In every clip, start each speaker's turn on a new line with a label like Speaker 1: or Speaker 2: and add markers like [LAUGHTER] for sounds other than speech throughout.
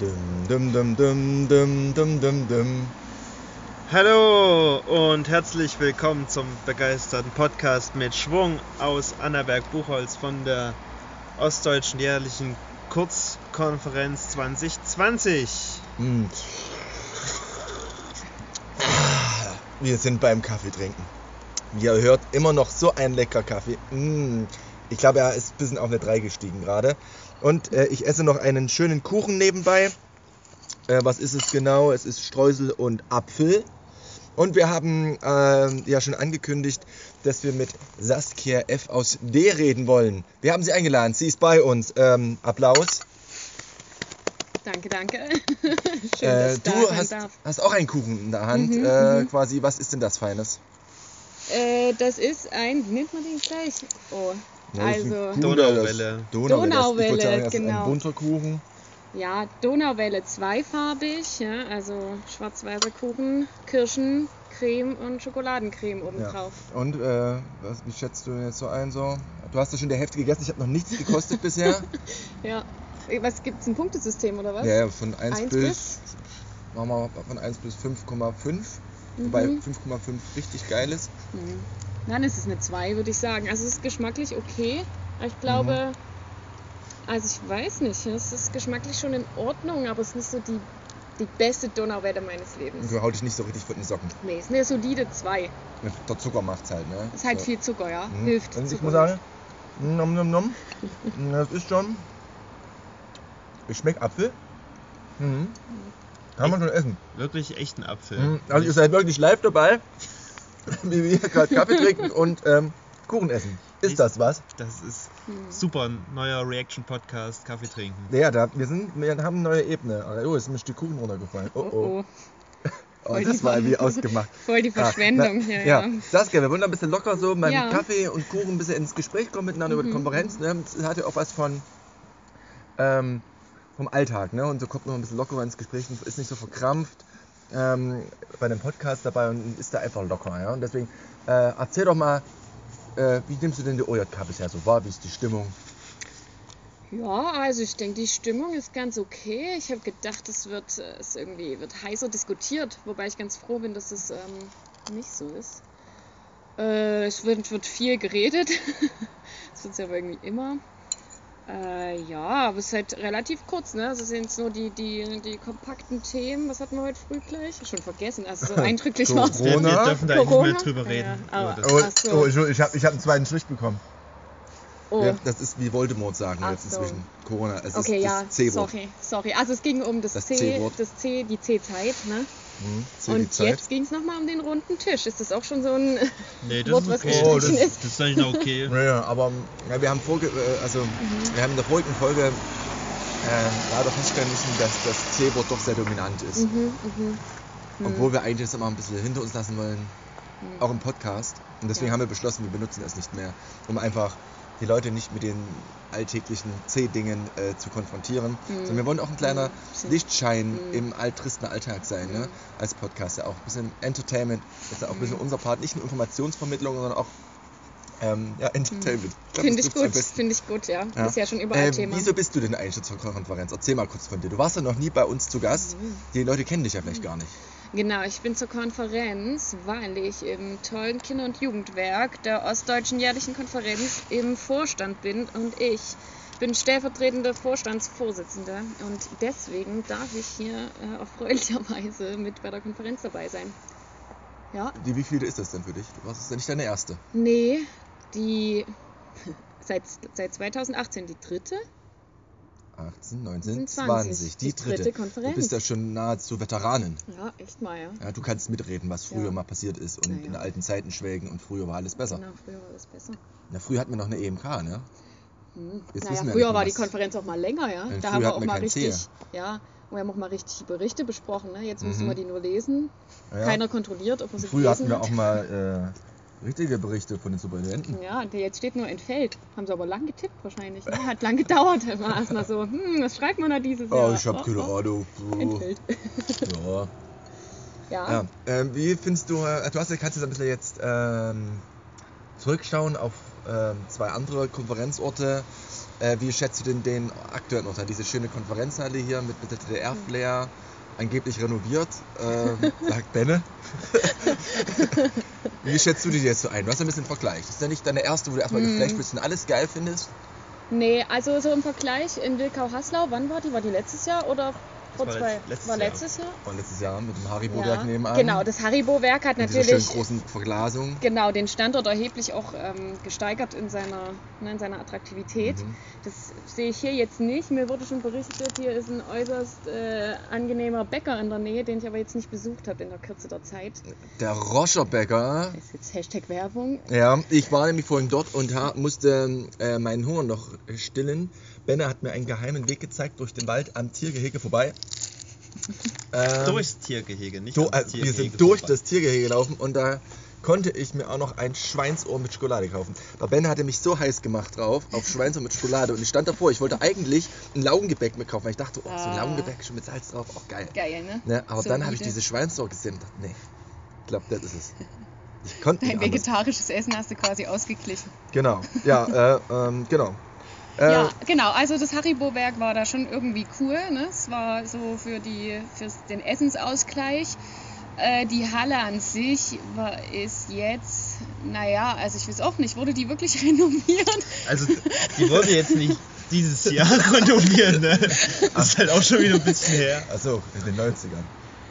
Speaker 1: Dum, dum, dum, dum, dum, dum, dum, dum.
Speaker 2: Hallo und herzlich willkommen zum begeisterten Podcast mit Schwung aus Annaberg-Buchholz von der Ostdeutschen jährlichen Kurzkonferenz 2020.
Speaker 1: Mm. Wir sind beim Kaffee trinken. Wie ihr hört, immer noch so ein lecker Kaffee. Mm. Ich glaube, er ist ein bisschen auf eine 3 gestiegen gerade. Und äh, ich esse noch einen schönen Kuchen nebenbei. Äh, was ist es genau? Es ist Streusel und Apfel. Und wir haben äh, ja schon angekündigt, dass wir mit Saskia F. aus D reden wollen. Wir haben sie eingeladen. Sie ist bei uns. Ähm, Applaus.
Speaker 3: Danke, danke. [LAUGHS] Schön,
Speaker 1: Äh,
Speaker 3: dass ich
Speaker 1: du
Speaker 3: da sein
Speaker 1: hast,
Speaker 3: darf.
Speaker 1: hast auch einen Kuchen in der Hand.
Speaker 3: Mhm,
Speaker 1: äh, quasi, was ist denn das Feines?
Speaker 3: Äh, das ist ein, wie nennt man den gleich? Oh, also
Speaker 2: Donauwelle.
Speaker 1: Donauwelle. Ich würde
Speaker 3: Donauwelle,
Speaker 1: sagen, das ist ein
Speaker 3: genau.
Speaker 1: bunter Kuchen.
Speaker 3: ja, Donauwelle zweifarbig, ja, also schwarz-weißer Kuchen, Kirschen, Creme und Schokoladencreme
Speaker 1: Ja.
Speaker 3: obendrauf.
Speaker 1: Und äh, was, wie schätzt du jetzt so ein? So? Du hast ja schon der Hälfte gegessen, ich habe noch nichts gekostet bisher.
Speaker 3: Ja. Was gibt's ein Punktesystem oder [LAUGHS] was?
Speaker 1: Ja, ja, von 1
Speaker 3: Eins
Speaker 1: bis, machen wir mal von 1 bis 5,5. Wobei
Speaker 3: Mhm.
Speaker 1: 5,5 richtig geil ist.
Speaker 3: Hm. Nein, es ist eine 2, würde ich sagen. Also es ist geschmacklich okay, aber ich glaube,
Speaker 1: Mhm.
Speaker 3: also ich weiß nicht, es ist geschmacklich schon in Ordnung, aber es ist nicht so die, die beste Donauwelle meines Lebens.
Speaker 1: Du haut dich nicht so richtig von den Socken.
Speaker 3: Nee, es ist eine solide 2.
Speaker 1: Und Der Zucker macht's halt, ne?
Speaker 3: Ist halt
Speaker 1: So.
Speaker 3: viel Zucker, ja.
Speaker 1: Mhm.
Speaker 3: Hilft.
Speaker 1: Also ich
Speaker 3: Zucker.
Speaker 1: muss sagen, nom nom nom. Hm, Das ist schon. Es schmeckt Apfel. Mhm. Kann man schon essen.
Speaker 2: Wirklich echten Apfel.
Speaker 1: Mhm. Also ihr seid wirklich live dabei, [LAUGHS] wie wir hier gerade Kaffee trinken und ähm, Kuchen essen. Ist das was?
Speaker 2: Das ist
Speaker 3: Mhm.
Speaker 2: super ein neuer Reaction-Podcast, Kaffee trinken.
Speaker 1: Ja, da, wir, sind, wir haben eine neue Ebene. Ah, Oh, ist mir ein Stück Kuchen runtergefallen. Oh
Speaker 3: Oh,
Speaker 1: oh.
Speaker 3: oh.
Speaker 1: oh das war [LAUGHS] wie ausgemacht.
Speaker 3: Voll die Verschwendung hier,
Speaker 1: Ah, ja.
Speaker 3: ja.
Speaker 1: Saskia, wir wollen da ein bisschen locker so beim
Speaker 3: Ja. Mhm.
Speaker 1: Kaffee und Kuchen ein bisschen ins Gespräch kommen miteinander über die Konferenz. Ne? Das hat ja auch was von ähm, vom Alltag, ne? Und so kommt man ein bisschen lockerer ins Gespräch und ist nicht so verkrampft ähm, bei dem Podcast dabei und ist da einfach locker, ja. Und deswegen äh, erzähl doch mal, äh, wie nimmst du denn die OJK bisher so wahr? Wie ist die Stimmung?
Speaker 3: Ja, also ich denke, die Stimmung ist ganz okay. Ich habe gedacht, es wird, äh, es irgendwie wird heißer diskutiert, wobei ich ganz froh bin, dass es ähm, nicht so ist. Äh, es wird, wird viel geredet. [LAUGHS] das wird ja aber irgendwie immer. Äh, ja, aber es ist halt relativ kurz, ne? Also es sind so die, die, die kompakten Themen. Was hatten wir heute früh gleich? Schon vergessen. Also
Speaker 1: [LAUGHS]
Speaker 3: so eindrücklich war es.
Speaker 1: Corona.
Speaker 2: Wir, wir dürfen da eigentlich nicht
Speaker 3: Corona?
Speaker 2: mehr drüber
Speaker 3: Ja,
Speaker 2: reden.
Speaker 3: ja.
Speaker 2: über
Speaker 3: Aber-
Speaker 2: das.
Speaker 3: Oh, Ach so. oh,
Speaker 1: ich habe ich hab einen zweiten Strich bekommen.
Speaker 3: Oh,
Speaker 1: das ist wie Voldemort sagen
Speaker 3: Ach
Speaker 1: jetzt
Speaker 3: so.
Speaker 1: inzwischen. Corona, es
Speaker 3: okay,
Speaker 1: ist
Speaker 3: ja.
Speaker 1: das C-Wort.
Speaker 3: Sorry, sorry. Also es ging um das,
Speaker 1: Das
Speaker 3: C,
Speaker 1: C-Wort.
Speaker 3: das C, die C-Zeit, ne?
Speaker 1: Hm, C wie
Speaker 3: Und
Speaker 1: Zeit.
Speaker 3: jetzt ging es nochmal um den runden Tisch. Ist das auch schon so ein. [LAUGHS]
Speaker 2: Nee, das
Speaker 3: Wort,
Speaker 2: ist
Speaker 3: was
Speaker 2: okay.
Speaker 1: gestrichen
Speaker 2: das, das
Speaker 3: ist.
Speaker 2: ist eigentlich noch okay.
Speaker 1: [LAUGHS] Naja, aber ja, wir haben vorge äh, also
Speaker 3: Mhm.
Speaker 1: wir haben in der vorigen Folge äh, leider feststellen müssen, dass das C-Wort doch sehr dominant ist.
Speaker 3: Mhm, mhm.
Speaker 1: Obwohl wir eigentlich das immer ein bisschen hinter uns lassen wollen. Auch im Podcast. Und deswegen
Speaker 3: Ja.
Speaker 1: haben wir beschlossen, wir benutzen es nicht mehr. Um einfach die Leute nicht mit den alltäglichen C-Dingen äh, zu konfrontieren. Sondern wir wollen auch ein kleiner
Speaker 3: Mhm. Stimmt. Mhm.
Speaker 1: Lichtschein im all- tristen Alltag sein, ne? Als Podcast. Ja auch ein bisschen Entertainment. Ist ja auch ein
Speaker 3: Mhm.
Speaker 1: bisschen unser Part. Nicht nur Informationsvermittlung, sondern auch ähm, ja, Entertainment. glaub,
Speaker 3: Mhm. Finde
Speaker 1: das
Speaker 3: ich
Speaker 1: trifft's am
Speaker 3: gut,
Speaker 1: besten.
Speaker 3: finde ich gut, ja.
Speaker 1: Ja.
Speaker 3: Ist ja schon überall
Speaker 1: Ähm,
Speaker 3: Thema.
Speaker 1: Wieso bist du denn eigentlich jetzt zur Konferenz? Erzähl mal kurz von dir. Du warst ja noch nie bei uns zu Gast.
Speaker 3: Mhm.
Speaker 1: Die Leute kennen dich ja vielleicht gar nicht.
Speaker 3: Genau, ich bin zur Konferenz, weil ich im tollen Kinder- und Jugendwerk der Ostdeutschen Jährlichen Konferenz im Vorstand bin und ich bin stellvertretende Vorstandsvorsitzende und deswegen darf ich hier äh, [LAUGHS] erfreulicherweise mit bei der Konferenz dabei sein. Ja,
Speaker 1: Die, wie viele ist das denn für dich? Du warst es ja nicht deine erste.
Speaker 3: nee, die [LAUGHS] seit, seit 2018 die dritte
Speaker 1: 18, 19, 20.
Speaker 3: 20.
Speaker 1: Die,
Speaker 3: Die
Speaker 1: dritte.
Speaker 3: dritte Konferenz.
Speaker 1: Du bist ja schon nahezu Veteranin.
Speaker 3: Ja, echt mal, ja.
Speaker 1: Ja, du kannst mitreden, was früher
Speaker 3: Ja.
Speaker 1: mal passiert ist und
Speaker 3: Naja.
Speaker 1: in alten Zeiten schwelgen und früher war alles besser.
Speaker 3: Genau, früher war das besser.
Speaker 1: Na, früher hatten wir noch eine EMK, ne?
Speaker 3: Hm.
Speaker 1: Jetzt wissen
Speaker 3: Naja,
Speaker 1: wir
Speaker 3: früher
Speaker 1: nicht
Speaker 3: war
Speaker 1: mehr,
Speaker 3: die
Speaker 1: was-
Speaker 3: Konferenz auch mal länger, ja.
Speaker 1: Denn
Speaker 3: Da
Speaker 1: früher
Speaker 3: haben wir
Speaker 1: hatten
Speaker 3: auch
Speaker 1: wir
Speaker 3: mal
Speaker 1: keinen
Speaker 3: richtig,
Speaker 1: Zähler.
Speaker 3: ja, wir haben auch mal richtig Berichte besprochen, ne? Jetzt müssen wir die nur lesen.
Speaker 1: Mhm. Ja.
Speaker 3: Keiner kontrolliert, ob wir sie
Speaker 1: Früher hatten
Speaker 3: gelesen
Speaker 1: wir
Speaker 3: hat.
Speaker 1: auch mal äh, richtige Berichte von den Superintendenten.
Speaker 3: Ja, der jetzt steht nur entfällt. Haben sie aber lang getippt wahrscheinlich. Ne? Hat lang gedauert. [LAUGHS] Immer erstmal so, hm, was schreibt man da dieses Jahr?
Speaker 1: Oh, ich hab keine Ahnung. Oh,
Speaker 3: Entfällt.
Speaker 1: Ja.
Speaker 3: Ja.
Speaker 1: Ja, ähm, wie findest du, äh, du hast, ja- kannst jetzt ein bisschen jetzt ähm, zurückschauen auf ähm, zwei andere Konferenzorte, Äh, wie schätzt du denn den aktuellen Ort an? Diese schöne Konferenzhalle hier mit, mit der DDR-Flair, angeblich renoviert,
Speaker 3: [LAUGHS]
Speaker 1: ähm, sagt Benne. [LAUGHS] wie schätzt du die jetzt so ein? Du hast ein bisschen Vergleich. Das ist ja nicht deine erste, wo du
Speaker 3: Mhm.
Speaker 1: erstmal geflasht bist und alles geil findest.
Speaker 3: Nee, also so im Vergleich in Wilkau-Haslau, wann war die? War die letztes Jahr oder vor
Speaker 2: Das war
Speaker 3: zwei?
Speaker 2: letzt- letztes
Speaker 3: war
Speaker 2: Jahr.
Speaker 3: letztes Jahr?
Speaker 1: War letztes Jahr mit dem Haribo-Werk
Speaker 3: Ja.
Speaker 1: nebenan.
Speaker 3: Genau, das Haribo-Werk hat
Speaker 1: Mit dieser schönen
Speaker 3: natürlich
Speaker 1: großen Verglasung.
Speaker 3: genau den Standort erheblich auch ähm, gesteigert in seiner, ne, in seiner Attraktivität.
Speaker 1: Mhm.
Speaker 3: Das sehe ich hier jetzt nicht. Mir wurde schon berichtet, hier ist ein äußerst äh, angenehmer Bäcker in der Nähe, den ich aber jetzt nicht besucht habe in der Kürze der Zeit.
Speaker 1: Der Roscherbäcker.
Speaker 3: Das ist jetzt Hashtag Werbung.
Speaker 1: Ja, ich war nämlich vorhin dort und ha musste äh, meinen Hunger noch stillen. Benne hat mir einen geheimen Weg gezeigt durch den Wald am Tiergehege
Speaker 2: [LAUGHS]
Speaker 1: vorbei. Ähm,
Speaker 2: Durchs Tiergehege, nicht
Speaker 1: do,
Speaker 2: ans
Speaker 1: äh, wir
Speaker 2: Tiergehege
Speaker 1: sind durch
Speaker 2: vorbei.
Speaker 1: das Tiergehege gelaufen und da konnte ich mir auch noch ein Schweinsohr mit Schokolade kaufen. Aber Ben hatte mich so heiß gemacht drauf, auf Schweinsohr mit Schokolade. Und ich stand davor, ich wollte eigentlich ein Laugengebäck mir kaufen, weil ich dachte, oh, so ein
Speaker 3: Ah.
Speaker 1: Laugengebäck schon mit Salz drauf, auch geil.
Speaker 3: Geil, ne?
Speaker 1: Ne, aber
Speaker 3: So
Speaker 1: dann habe ich
Speaker 3: müde.
Speaker 1: diese Schweinsohr gesehen und dachte, nee, ich glaube, das ist es. Ich
Speaker 3: [LAUGHS]
Speaker 1: konnte
Speaker 3: Dein
Speaker 1: nicht anders.
Speaker 3: vegetarisches Essen hast du quasi ausgeglichen.
Speaker 1: Genau,
Speaker 3: [LAUGHS]
Speaker 1: ja, äh, ähm, genau. Äh,
Speaker 3: Ja, genau. Also das Haribo-Werk war da schon irgendwie cool. Ne? Es war so für die, fürs, den Essensausgleich. Äh, die Halle an sich war, ist jetzt, naja, also ich weiß auch nicht, wurde die wirklich [LAUGHS] renoviert?
Speaker 2: Also, die wurde jetzt nicht dieses Jahr [LAUGHS] renoviert, ne? Das ist halt auch schon wieder ein bisschen her.
Speaker 1: Also in den 90ern.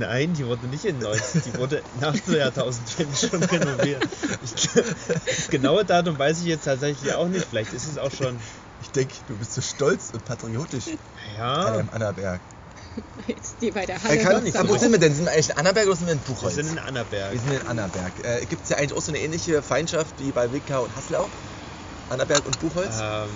Speaker 2: Nein, die wurde nicht in 90, die wurde nach 2005 schon renoviert. Ich, das genaue Datum weiß ich jetzt tatsächlich auch nicht. Vielleicht ist es auch schon.
Speaker 1: Ich denke, du bist so stolz und patriotisch an
Speaker 2: Ja,
Speaker 1: dem Annaberg.
Speaker 3: Jetzt die bei der
Speaker 1: Äh,
Speaker 3: Halle.
Speaker 1: kann,
Speaker 2: nicht
Speaker 1: äh,
Speaker 2: so
Speaker 1: wo
Speaker 2: hoch.
Speaker 1: sind wir denn? Sind wir eigentlich in Annaberg oder sind wir in
Speaker 2: wir
Speaker 1: Buchholz?
Speaker 2: sind in Annaberg.
Speaker 1: Wir sind in Annaberg. Äh, Gibt es ja eigentlich auch so eine ähnliche Feindschaft wie bei Wickau und Haslau? Annaberg und Buchholz?
Speaker 2: Ähm,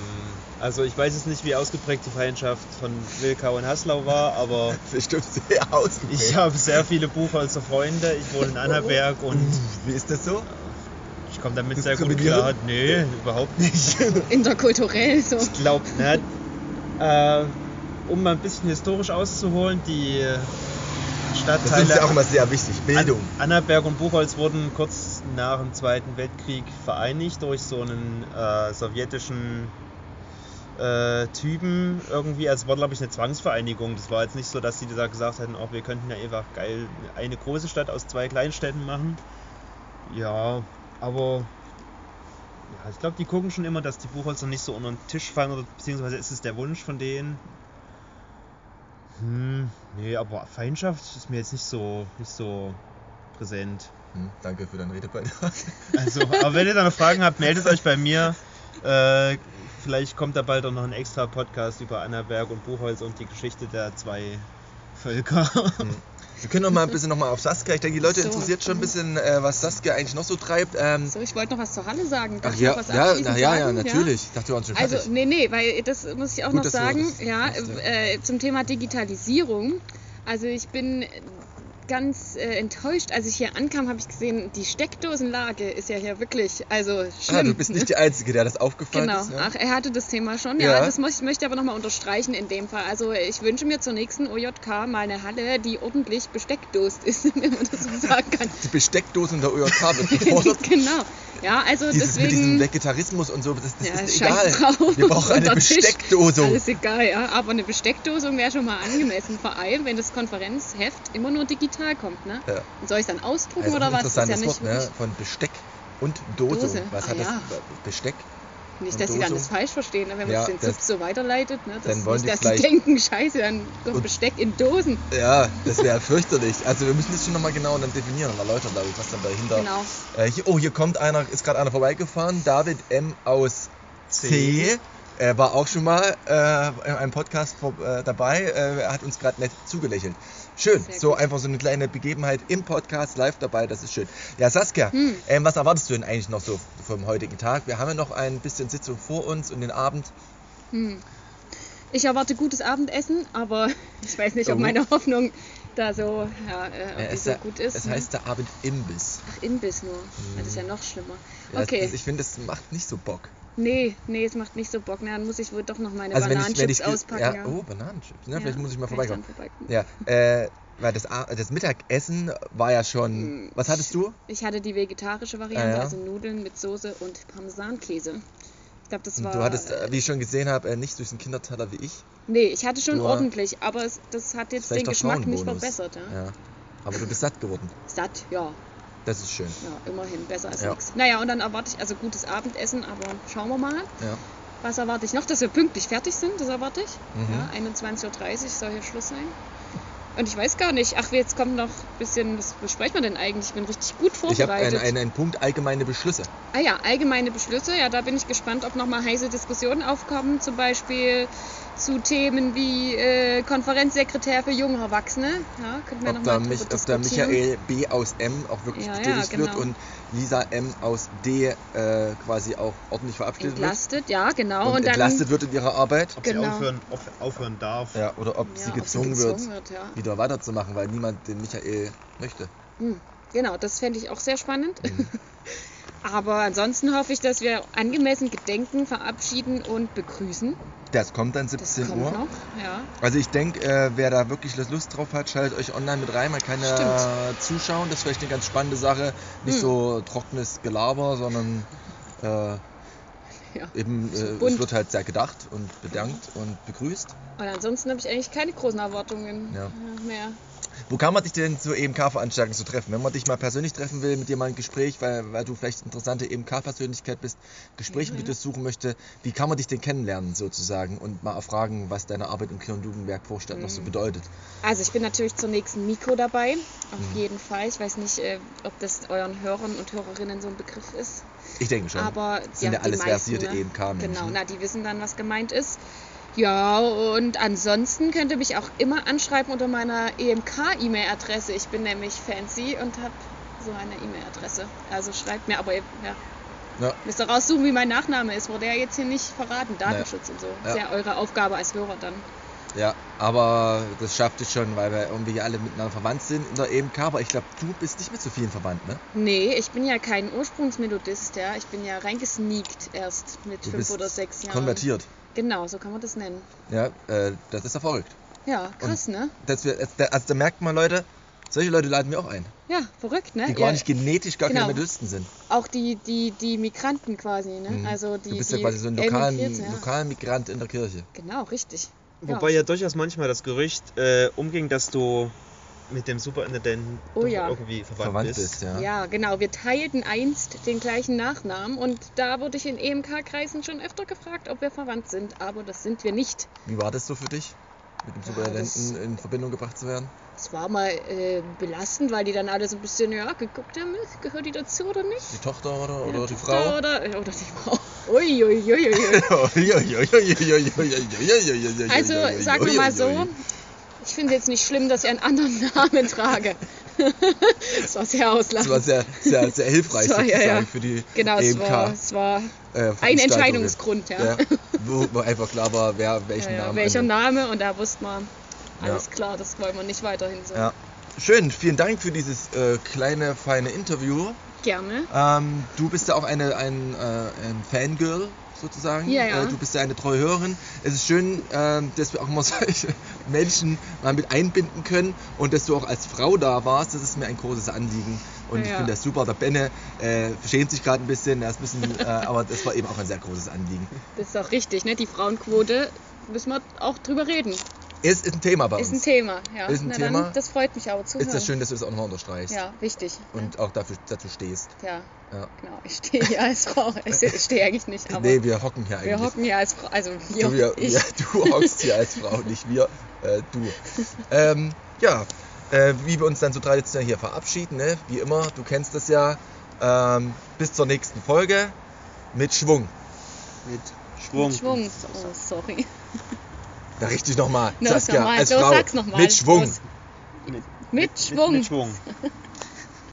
Speaker 2: also, ich weiß jetzt nicht, wie ausgeprägt die Feindschaft von Wilkau und Haslau war, aber
Speaker 1: Bestimmt sehr ausgeprägt.
Speaker 2: ich habe sehr viele Buchholzer Freunde. Ich wohne in Annaberg und
Speaker 1: Wie ist das so?
Speaker 2: ich komme damit
Speaker 1: Bist
Speaker 2: sehr
Speaker 1: du
Speaker 2: gut klar.
Speaker 1: kombinieren?
Speaker 2: Nee, überhaupt nicht.
Speaker 3: Interkulturell so.
Speaker 2: Ich glaube, ne, äh, um mal ein bisschen historisch auszuholen, die äh,
Speaker 1: Das ist ja auch
Speaker 2: Stadtteile
Speaker 1: immer sehr wichtig. Bildung.
Speaker 2: An Annaberg und Buchholz wurden kurz nach dem Zweiten Weltkrieg vereinigt durch so einen äh, sowjetischen äh, Typen irgendwie. Also es war, glaube ich, eine Zwangsvereinigung. Das war jetzt nicht so, dass sie da gesagt hätten, oh, wir könnten ja einfach geil eine große Stadt aus zwei kleinen Städten machen. Ja, aber ja, ich glaube, die gucken schon immer, dass die Buchholzer nicht so unter den Tisch fallen, oder beziehungsweise ist es der Wunsch von denen. Hm, nee, aber Feindschaft ist mir jetzt nicht so, nicht so präsent.
Speaker 1: Hm, danke für deinen Redebeitrag.
Speaker 2: Also, aber wenn ihr da noch Fragen habt, meldet euch bei mir. Äh, vielleicht kommt da bald auch noch ein extra Podcast über Annaberg und Buchholz und die Geschichte der zwei Völker.
Speaker 1: [LAUGHS]
Speaker 2: [LAUGHS]
Speaker 1: Wir können noch mal ein bisschen noch mal auf Saskia. Ich denke, die Leute
Speaker 3: So.
Speaker 1: interessiert schon ein bisschen, äh, was Saskia eigentlich noch so treibt. Ähm,
Speaker 3: So, ich wollte noch was zur Halle sagen. Darf
Speaker 1: Ach
Speaker 3: ich
Speaker 1: ja,
Speaker 3: noch was
Speaker 1: ja,
Speaker 3: abschließend
Speaker 1: na, ja, ja,
Speaker 3: sagen?
Speaker 1: natürlich. Ich dachte, wir waren schon
Speaker 3: Also,
Speaker 1: fertig.
Speaker 3: nee, nee, weil das muss ich auch
Speaker 1: Gut,
Speaker 3: noch
Speaker 1: dass du
Speaker 3: sagen,
Speaker 1: das
Speaker 3: ja,
Speaker 1: sagst,
Speaker 3: äh, zum Thema Digitalisierung. Also ich bin ganz äh, enttäuscht, als ich hier ankam, habe ich gesehen, die Steckdosenlage ist ja hier wirklich, also schlimm.
Speaker 1: ah, du bist nicht die Einzige, der das aufgefallen
Speaker 3: Genau,
Speaker 1: ist. ja?
Speaker 3: ach, er hatte das Thema schon, ja,
Speaker 1: Ja.
Speaker 3: das möchte, ich- möchte ich aber nochmal unterstreichen in dem Fall. Also ich wünsche mir zur nächsten OJK mal eine Halle, die ordentlich besteckdost ist, [LAUGHS] wenn man das so
Speaker 1: [LAUGHS]
Speaker 3: sagen kann.
Speaker 1: Die Besteckdosen der
Speaker 3: [LAUGHS]
Speaker 1: UJK wird gefordert.
Speaker 3: genau, ja, also
Speaker 1: Dieses, mit diesem
Speaker 3: deswegen...
Speaker 1: Vegetarismus und so, das, das
Speaker 3: Ja,
Speaker 1: ist egal.
Speaker 3: scheiß drauf.
Speaker 1: Wir brauchen
Speaker 3: [LAUGHS]
Speaker 1: eine
Speaker 3: Unter Tisch.
Speaker 1: Besteckdose.
Speaker 3: Alles egal, ja. Aber eine Besteckdosung wäre schon mal angemessen. Vor allem, wenn das Konferenzheft immer nur digital kommt, ne?
Speaker 1: Ja.
Speaker 3: Und soll ich es dann ausdrucken
Speaker 1: Also
Speaker 3: oder
Speaker 1: ein
Speaker 3: was? Das ist ja
Speaker 1: interessantes
Speaker 3: nicht
Speaker 1: Wort, ne?
Speaker 3: wirklich-
Speaker 1: Von Besteck und Dose.
Speaker 3: Dose,
Speaker 1: Was
Speaker 3: ah,
Speaker 1: hat das?
Speaker 3: ja.
Speaker 1: Besteck?
Speaker 3: Nicht,
Speaker 1: Und
Speaker 3: dass sie dann
Speaker 1: ne? Dosung.
Speaker 3: das falsch verstehen, ne? wenn man
Speaker 1: Ja,
Speaker 3: es den
Speaker 1: das-
Speaker 3: Tipps so weiterleitet, ne? Das
Speaker 1: dann wollen
Speaker 3: nicht,
Speaker 1: die
Speaker 3: dass
Speaker 1: vielleicht-
Speaker 3: sie denken, scheiße, dann
Speaker 1: Und-
Speaker 3: kommt Besteck in Dosen.
Speaker 1: Ja, das wäre fürchterlich. Also wir müssen das schon nochmal genau dann definieren und erläutern, glaube ich, was dann dahinter.
Speaker 3: Genau.
Speaker 1: Äh, hier, oh, hier kommt einer, ist gerade einer vorbeigefahren. David M. aus C. Er war auch schon mal äh, in einem Podcast vor, äh, dabei. Äh, er hat uns gerade nett zugelächelt. Schön,
Speaker 3: Sehr
Speaker 1: so
Speaker 3: gut.
Speaker 1: einfach so eine kleine Begebenheit im Podcast live dabei, das ist schön. Ja, Saskia,
Speaker 3: Hm.
Speaker 1: ähm, was erwartest du denn eigentlich noch so vom heutigen Tag? Wir haben ja noch ein bisschen Sitzung vor uns und den Abend.
Speaker 3: Hm. Ich erwarte gutes Abendessen, aber [LAUGHS] ich weiß nicht, ob
Speaker 1: Oh.
Speaker 3: meine Hoffnung da so, ja, äh,
Speaker 1: Äh,
Speaker 3: ob die
Speaker 1: es
Speaker 3: so
Speaker 1: sei-
Speaker 3: gut ist.
Speaker 1: Es
Speaker 3: ne?
Speaker 1: heißt der Abend Imbiss.
Speaker 3: Ach, Imbiss nur. Das ist ja noch schlimmer.
Speaker 1: Ja, das-
Speaker 3: Okay.
Speaker 1: Das, ich finde, das macht nicht so Bock.
Speaker 3: Nee, nee, es macht nicht so Bock. Na, dann muss ich wohl doch noch meine
Speaker 1: Also wenn ich, wenn
Speaker 3: Bananenchips
Speaker 1: ich
Speaker 3: auspacken.
Speaker 1: Ja, oh, Bananenchips. Ne? Vielleicht
Speaker 3: Ja,
Speaker 1: muss ich mal
Speaker 3: kann
Speaker 1: vorbeikommen.
Speaker 3: dann vorbeikommen.
Speaker 1: Ja, äh, weil das, A- das Mittagessen war ja schon. Was hattest du?
Speaker 3: Ich hatte die vegetarische Variante,
Speaker 1: Ah, ja.
Speaker 3: also Nudeln mit Soße und Parmesankäse. glaube, das war.
Speaker 1: Du hattest, äh, wie ich schon gesehen habe, äh, nicht durch den Kinderteller wie ich.
Speaker 3: nee, ich hatte schon
Speaker 1: du, äh,
Speaker 3: ordentlich, aber es, das hat jetzt den
Speaker 1: Vielleicht der
Speaker 3: Geschmack nicht
Speaker 1: Frauenbonus.
Speaker 3: verbessert. Ja?
Speaker 1: ja. Aber du bist satt geworden.
Speaker 3: Satt, ja.
Speaker 1: Das ist schön.
Speaker 3: ja, immerhin besser als
Speaker 1: Ja.
Speaker 3: nichts. Naja, und dann erwarte ich also gutes Abendessen, aber schauen wir mal.
Speaker 1: Ja.
Speaker 3: Was erwarte ich noch? Dass wir pünktlich fertig sind, das erwarte ich.
Speaker 1: Mhm.
Speaker 3: Ja, 21.30 Uhr soll hier Schluss sein. Und ich weiß gar nicht, ach, jetzt kommt noch ein bisschen, was besprechen wir denn eigentlich? Ich bin richtig gut
Speaker 1: Ich habe
Speaker 3: vorbereitet.
Speaker 1: einen einen einen Punkt allgemeine Beschlüsse.
Speaker 3: Ah ja, allgemeine Beschlüsse. Ja, da bin ich gespannt, ob nochmal heiße Diskussionen aufkommen, zum Beispiel zu Themen wie äh, Konferenzsekretär für junge Erwachsene. Ja, könnten wir
Speaker 1: Ob da,
Speaker 3: nochmal
Speaker 1: mich,
Speaker 3: drüber
Speaker 1: ob da
Speaker 3: diskutieren.
Speaker 1: Michael B. aus M auch wirklich
Speaker 3: Ja, ja,
Speaker 1: bestätigt wird
Speaker 3: genau.
Speaker 1: und Lisa M. aus D. Äh, quasi auch ordentlich verabschiedet
Speaker 3: entlastet, ja, genau.
Speaker 1: wird. Und,
Speaker 3: Und, dann,
Speaker 1: entlastet wird in ihrer Arbeit.
Speaker 2: Ob sie
Speaker 3: Genau.
Speaker 2: aufhören, auf, aufhören darf.
Speaker 1: Ja, oder ob
Speaker 3: ja,
Speaker 1: sie
Speaker 3: ob sie
Speaker 1: gezwungen
Speaker 3: gezwungen
Speaker 1: wird,
Speaker 3: wird ja.
Speaker 1: wieder weiterzumachen, weil niemand den Michael möchte.
Speaker 3: Hm, genau, das fände ich auch sehr spannend.
Speaker 1: Mhm.
Speaker 3: [LAUGHS] Aber ansonsten hoffe ich, dass wir angemessen gedenken, verabschieden und begrüßen.
Speaker 1: Das kommt dann
Speaker 3: Das
Speaker 1: 17
Speaker 3: kommt
Speaker 1: Uhr.
Speaker 3: noch. Ja.
Speaker 1: Also ich denke, äh, wer da wirklich Lust drauf hat, schaltet euch online mit rein. Man kann ja zuschauen. Das ist vielleicht eine ganz spannende Sache. Nicht
Speaker 3: Hm.
Speaker 1: so trockenes Gelaber, sondern äh,
Speaker 3: ja.
Speaker 1: eben
Speaker 3: So
Speaker 1: äh, es
Speaker 3: bunt.
Speaker 1: wird halt sehr gedacht und bedankt und begrüßt.
Speaker 3: Und ansonsten habe ich eigentlich keine großen Erwartungen
Speaker 1: Ja.
Speaker 3: äh, mehr.
Speaker 1: Wo kann man dich denn zu E EMK-Veranstaltungen zu treffen? Wenn man dich mal persönlich treffen will, mit dir mal ein Gespräch, weil, weil du vielleicht interessante EMK-Persönlichkeit bist, Gespräch
Speaker 3: Ja,
Speaker 1: mit
Speaker 3: ja.
Speaker 1: dir suchen möchte, wie kann man dich denn kennenlernen sozusagen und mal erfragen, was deine Arbeit im Kirn- und Jugendwerk Vorstadt noch so
Speaker 3: Mhm.
Speaker 1: bedeutet?
Speaker 3: Also ich bin natürlich zur nächsten Mikro dabei,
Speaker 1: Mhm.
Speaker 3: auf jeden Fall. Ich weiß nicht, äh, ob das euren Hörern und Hörerinnen so ein Begriff ist.
Speaker 1: Ich denke schon.
Speaker 3: Aber
Speaker 1: Sind ja
Speaker 3: die
Speaker 1: alles
Speaker 3: meisten,
Speaker 1: versierte E
Speaker 3: ne?
Speaker 1: EMK-Menschen.
Speaker 3: Genau, na, die wissen dann, was gemeint ist. Ja, und ansonsten könnt ihr mich auch immer anschreiben unter meiner EMK-E-Mail-Adresse. Ich bin nämlich fancy und habe so eine E-Mail-Adresse. Also schreibt mir, aber ihr- ja,
Speaker 1: Ja.
Speaker 3: müsst ihr raussuchen, wie mein Nachname ist. Wurde ja jetzt hier nicht verraten, Datenschutz und so.
Speaker 1: Ja.
Speaker 3: Ist ja eure Aufgabe als Hörer dann.
Speaker 1: Ja, aber das schafft es schon, weil wir irgendwie alle miteinander verwandt sind in der EMK. Aber ich glaube, du bist nicht mit so vielen verwandt, ne?
Speaker 3: Nee, ich bin ja kein Ursprungsmelodist, ja. Ich bin ja reingesneakt erst mit
Speaker 1: Du
Speaker 3: fünf
Speaker 1: bist
Speaker 3: oder sechs Jahren.
Speaker 1: Konvertiert.
Speaker 3: Genau, so kann man das nennen.
Speaker 1: Ja, äh, das ist ja verrückt.
Speaker 3: Ja, krass, ne?
Speaker 1: Dass wir, also, da- also da merkt man, Leute, solche Leute laden wir auch ein,
Speaker 3: Ja, verrückt, ne?
Speaker 1: die
Speaker 3: Ja,
Speaker 1: gar nicht genetisch gar
Speaker 3: Genau.
Speaker 1: keine Methodisten sind.
Speaker 3: Auch die, die, die Migranten quasi, ne? Also die,
Speaker 1: Mhm. du bist
Speaker 3: die
Speaker 1: ja quasi so ein lokalen,
Speaker 3: emigriert sind, ja.
Speaker 1: lokalen Migrant in der Kirche.
Speaker 3: Genau, richtig.
Speaker 2: Wobei ja durchaus manchmal das Gerücht äh, umging, dass du mit dem Superintendenten
Speaker 3: Oh
Speaker 2: doch
Speaker 3: ja.
Speaker 2: irgendwie verwandt,
Speaker 1: Verwandt bist,
Speaker 2: bist.
Speaker 1: ja.
Speaker 3: ja. ja, genau. Wir teilten einst den gleichen Nachnamen und da wurde ich in EMK-Kreisen schon öfter gefragt, ob wir verwandt sind, aber das sind wir nicht.
Speaker 1: Wie war das so für dich, mit dem Superintendenten in Verbindung gebracht zu werden?
Speaker 3: Es war mal äh, belastend, weil die dann alle so ein bisschen, ja, geguckt haben, äh, gehört die dazu oder
Speaker 1: Die
Speaker 3: nicht?
Speaker 1: Tochter oder, oder die
Speaker 3: Tochter
Speaker 1: Frau?
Speaker 3: Oder, äh, oder die Frau.
Speaker 1: [LAUGHS]
Speaker 3: Uiuiuiui. Also sagen wir mal so, ich finde es jetzt nicht schlimm, dass ich einen anderen [LAUGHS] Namen trage. das war
Speaker 1: Das
Speaker 3: sehr
Speaker 1: war
Speaker 3: auslassend.
Speaker 1: sehr, sehr, sehr
Speaker 3: [LAUGHS]
Speaker 1: hilfreich
Speaker 3: Das war- ja,
Speaker 1: sozusagen
Speaker 3: ja.
Speaker 1: für die E
Speaker 3: Genau, es
Speaker 1: EMK.
Speaker 3: war, es war
Speaker 1: äh,
Speaker 3: ein
Speaker 1: Veranstaltungen.
Speaker 3: Entscheidungsgrund, ja.
Speaker 1: Ja, wo, wo einfach klar war, wer
Speaker 3: Ja,
Speaker 1: welchen
Speaker 3: ja,
Speaker 1: Namen
Speaker 3: welcher
Speaker 1: annimmt.
Speaker 3: Name und da wusste man,
Speaker 1: Ja.
Speaker 3: alles klar, das wollen wir nicht weiterhin so.
Speaker 1: Ja. Schön, vielen Dank für dieses äh, kleine, feine Interview.
Speaker 3: Gerne.
Speaker 1: Ähm, du bist ja auch eine, ein, äh, ein Fangirl sozusagen.
Speaker 3: Ja, ja.
Speaker 1: Äh, du bist ja eine treue Hörerin. Es ist schön, ähm, dass wir auch mal [LAUGHS] solche Menschen mal mit einbinden können und dass du auch als Frau da warst. Das ist mir ein großes Anliegen. Und ich
Speaker 3: Ja.
Speaker 1: finde das super. Der Benne äh, schämt sich gerade ein bisschen, er ist ein
Speaker 3: [LAUGHS]
Speaker 1: bisschen äh, aber das war eben auch ein sehr großes Anliegen.
Speaker 3: Das ist auch richtig, ne? Die Frauenquote müssen wir auch drüber reden.
Speaker 1: Ist, ist ein Thema bei
Speaker 3: Ist ein
Speaker 1: uns.
Speaker 3: Thema, ja.
Speaker 1: Ist ein
Speaker 3: Na
Speaker 1: Thema.
Speaker 3: Dann, das freut mich aber zu
Speaker 1: ist
Speaker 3: hören.
Speaker 1: das schön, dass du das auch nochmal unterstreichst
Speaker 3: Ja, wichtig.
Speaker 1: und auch dafür, dazu stehst.
Speaker 3: ja,
Speaker 1: Ja.
Speaker 3: genau. Ich stehe hier als Frau. [LAUGHS] Ich stehe eigentlich nicht, aber
Speaker 1: nee, wir hocken hier
Speaker 3: wir
Speaker 1: eigentlich.
Speaker 3: hocken hier als Frau. Also wir,
Speaker 1: Du, wir,
Speaker 3: ich,
Speaker 1: ja, du hockst hier als Frau, nicht wir, äh, du. Ähm, ja, äh, wie wir uns dann so traditionell hier verabschieden, ne? wie immer, du kennst das ja. Ähm, bis zur nächsten Folge mit Schwung.
Speaker 2: Mit Schwung.
Speaker 3: Schwung. Oh, sorry.
Speaker 1: Da richtig nochmal,
Speaker 3: Na,
Speaker 1: Saskia,
Speaker 3: nochmal,
Speaker 1: als
Speaker 3: so,
Speaker 1: Frau,
Speaker 3: sag's nochmal.
Speaker 1: mit Schwung.
Speaker 3: Los.
Speaker 2: Mit,
Speaker 3: Mit Schwung.
Speaker 2: Mit Schwung.